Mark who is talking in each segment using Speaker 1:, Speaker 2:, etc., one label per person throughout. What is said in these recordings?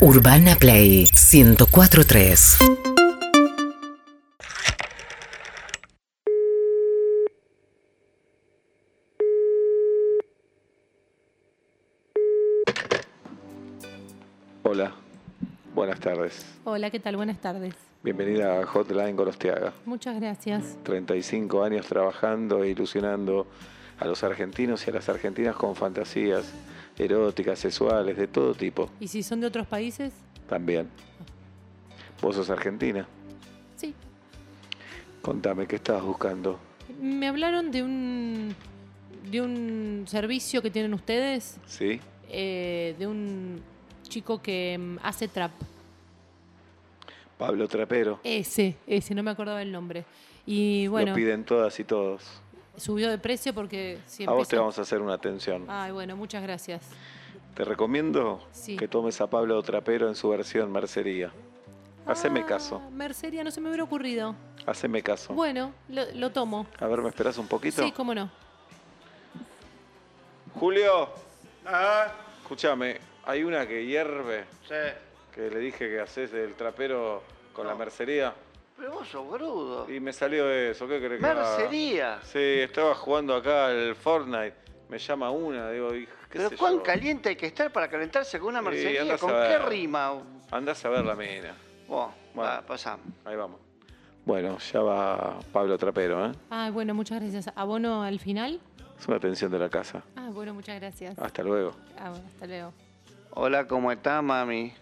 Speaker 1: Urbana Play 1043.
Speaker 2: Hola, buenas tardes.
Speaker 3: Hola, ¿qué tal? Buenas tardes.
Speaker 2: Bienvenida a Hotline Gorostiaga.
Speaker 3: Muchas gracias.
Speaker 2: 35 años trabajando e ilusionando a los argentinos y a las argentinas con fantasías eróticas, sexuales, de todo tipo
Speaker 3: ¿Y si son de otros países?
Speaker 2: también. Vos sos argentina.
Speaker 3: Sí.
Speaker 2: Contame, ¿qué estabas buscando?
Speaker 3: Me hablaron de un de un servicio que tienen ustedes,
Speaker 2: ¿Sí?
Speaker 3: eh, de un chico que mm, hace trap.
Speaker 2: Pablo Trapero.
Speaker 3: Ese, ese, no me acordaba el nombre. Y bueno,
Speaker 2: Lo piden todas y todos.
Speaker 3: subió de precio porque si
Speaker 2: a vos te
Speaker 3: empezó- Ah.
Speaker 2: vamos a hacer una atención.
Speaker 3: Ay, bueno, muchas gracias.
Speaker 2: Te recomiendo
Speaker 3: Sí.
Speaker 2: que tomes a Pablo Trapero en su versión mercería. Haceme
Speaker 3: Ah,
Speaker 2: caso,
Speaker 3: Mercería, no se me hubiera ocurrido.
Speaker 2: haceme caso.
Speaker 3: Bueno, lo, lo tomo.
Speaker 2: A ver, ¿me esperás un poquito?
Speaker 3: Sí, cómo no.
Speaker 2: Julio,
Speaker 4: Ah,
Speaker 2: escúchame, hay una que hierve,
Speaker 4: sí.
Speaker 2: que le dije que haces del trapero con la
Speaker 4: No.
Speaker 2: mercería,
Speaker 4: Pero vos sos brudo.
Speaker 2: y me salió eso, ¿qué crees que haga?
Speaker 4: Mercería.
Speaker 2: Sí, estaba jugando acá al Fortnite, me llama una, digo, y qué
Speaker 4: Pero
Speaker 2: sé
Speaker 4: cuán
Speaker 2: yo.
Speaker 4: caliente hay que estar para calentarse con una
Speaker 2: Sí,
Speaker 4: mercería.
Speaker 2: andás
Speaker 4: ¿Con
Speaker 2: a
Speaker 4: qué
Speaker 2: ver.
Speaker 4: rima?
Speaker 2: Andás a ver la mina,
Speaker 4: Vos,
Speaker 2: Bueno.
Speaker 4: va, pasamos.
Speaker 2: ahí vamos. Bueno, ya va Pablo Trapero, ¿eh?
Speaker 3: Ay, bueno, muchas gracias. ¿Abono al final?
Speaker 2: Es una atención de la casa.
Speaker 3: Ah, bueno, muchas gracias.
Speaker 2: Hasta luego.
Speaker 3: Ah, bueno, hasta luego.
Speaker 4: Hola, ¿cómo estás, mami?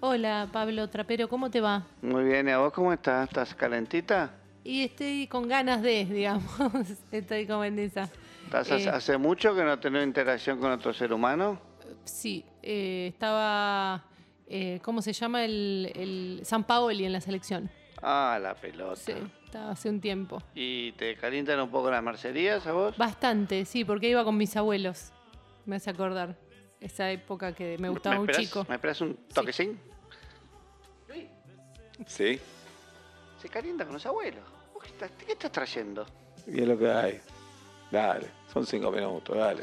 Speaker 3: Hola, Pablo Trapero, ¿cómo te va?
Speaker 4: Muy bien, ¿y a vos cómo estás? ¿Estás calentita?
Speaker 3: Y estoy con ganas de, digamos, estoy como en esa.
Speaker 4: ¿Estás
Speaker 3: Eh,
Speaker 4: hace, hace mucho que no tenés interacción con otro ser humano?
Speaker 3: Sí, eh, estaba, eh, ¿cómo se llama? El, el San Paoli en la selección.
Speaker 4: Ah, la pelota.
Speaker 3: Sí, estaba hace un tiempo.
Speaker 4: ¿Y te calientan un poco las mercerías a vos?
Speaker 3: Bastante, sí, porque iba con mis abuelos. Me hace acordar esa época que me gustaba un
Speaker 4: esperás-
Speaker 3: chico.
Speaker 4: ¿Me esperas un toquecín?
Speaker 2: ¿Sí?
Speaker 4: Se calienta con los abuelos. ¿Vos ¿Qué estás, qué estás trayendo?
Speaker 2: Y es lo que hay. Dale, son cinco minutos, dale.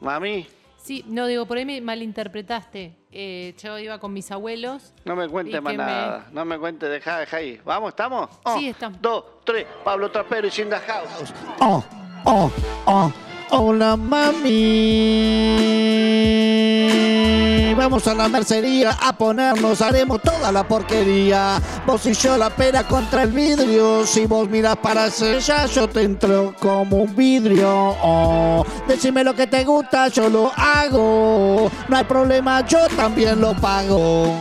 Speaker 4: Mami,
Speaker 3: Sí, no, digo, por ahí me malinterpretaste. Eh, yo iba con mis abuelos.
Speaker 4: No me
Speaker 3: Y
Speaker 4: cuente más
Speaker 3: que me-
Speaker 4: nada. No me cuente, deja, deja ahí. ¿Vamos, estamos? Oh,
Speaker 3: Sí, estamos.
Speaker 4: Dos, tres, Pablo Trapero y Cinda House.
Speaker 5: Oh, oh, oh. Hola, mami. Vamos a la mercería a ponernos, haremos toda la porquería. Vos y yo la pera contra el vidrio. Si vos miras para hacia allá, yo te entro como un vidrio. Oh, decime lo que te gusta, yo lo hago. No hay problema, yo también lo pago.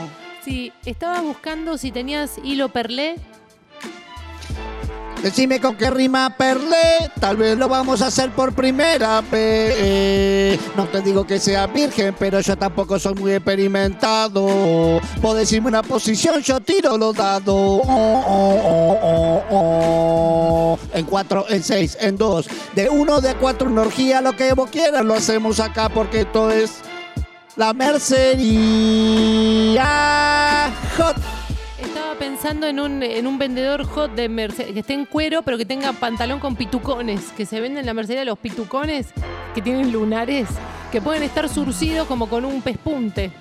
Speaker 3: Sí, estaba buscando si tenías hilo perlé.
Speaker 5: Decime con qué rima perlé, tal vez lo vamos a hacer por primera vez. No te digo que sea virgen, pero yo tampoco soy muy experimentado. Vos decirme una posición, yo tiro los dados. Oh, oh, oh, oh, oh. En cuatro, en seis, en dos. De uno, de cuatro, una orgía, lo que vos quieras, lo hacemos acá porque esto es la mercería. Hot.
Speaker 3: Estaba pensando en un, en un vendedor hot de Mercedes, que esté en cuero, pero que tenga pantalón con pitucones, que se venden en la mercería los pitucones, que tienen lunares, que pueden estar surcidos como con un pespunte.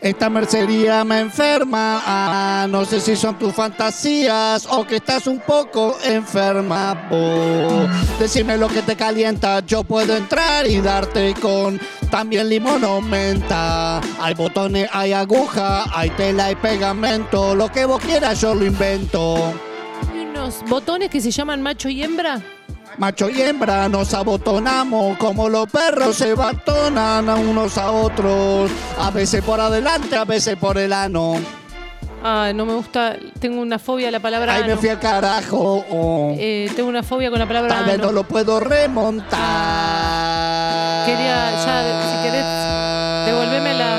Speaker 5: Esta mercería me enferma, ah, no sé si son tus fantasías o que estás un poco enferma. vos. Decime lo que te calienta, yo puedo entrar y darte con también limón o menta. Hay botones, hay aguja, hay tela, hay pegamento, lo que vos quieras yo lo invento.
Speaker 3: Y unos botones que se llaman macho y hembra.
Speaker 5: Macho y hembra nos abotonamos, como los perros se batonan a unos a otros, a veces por adelante, a veces por el ano.
Speaker 3: Ah, no me gusta, tengo una fobia a la palabra
Speaker 5: Ay, me
Speaker 3: ano.
Speaker 5: fui al carajo. oh.
Speaker 3: Eh, tengo una fobia con la palabra
Speaker 5: Tal vez no
Speaker 3: ano.
Speaker 5: lo puedo remontar.
Speaker 3: Quería, ya, si querés, devolveme a la-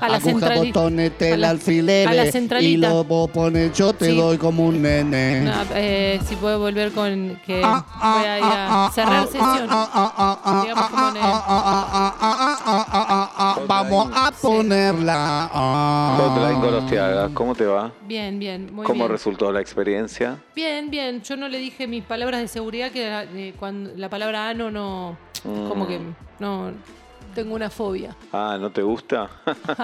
Speaker 3: a la
Speaker 5: Aguja,
Speaker 3: centralita.
Speaker 5: botones, tela,
Speaker 3: A la-
Speaker 5: alfileres.
Speaker 3: a la centralita.
Speaker 5: Y lo vos pones, yo te
Speaker 3: Sí.
Speaker 5: doy como un nene.
Speaker 3: No, eh, si puedo volver con que
Speaker 5: Ah, ah,
Speaker 3: voy a ir
Speaker 5: ah,
Speaker 3: a
Speaker 5: ah,
Speaker 3: cerrar
Speaker 5: ah,
Speaker 3: sesión.
Speaker 5: ah, ah, ah, ah,
Speaker 3: Digamos
Speaker 5: ah,
Speaker 3: como en el-
Speaker 5: ah, ah, ah, ah, ah, ah, ah, ah, ah. Vamos a ponerla. ah.
Speaker 2: Hotline Gorostiaga, ¿cómo te va?
Speaker 3: Bien, bien, muy
Speaker 2: ¿Cómo
Speaker 3: bien.
Speaker 2: resultó la experiencia?
Speaker 3: Bien, bien. Yo no le dije mis
Speaker 2: Mm.
Speaker 3: palabras de seguridad que eh, cuando la palabra ano no. Como que no. Tengo una fobia.
Speaker 2: Ah, ¿no te gusta?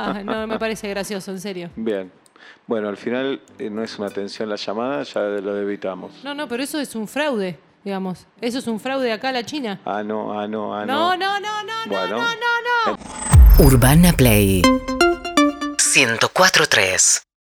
Speaker 3: Ah, no, me parece gracioso, en serio.
Speaker 2: Bien. Bueno, al final eh, no es una atención la llamada, ya lo evitamos.
Speaker 3: No, no, pero eso es un fraude, digamos. Eso es un fraude acá a la China.
Speaker 2: Ah, no, ah, no, ah,
Speaker 3: No,
Speaker 2: no.
Speaker 3: no, no, no, no,
Speaker 2: Bueno.
Speaker 3: no, no, no.
Speaker 1: Urbana Play 104.3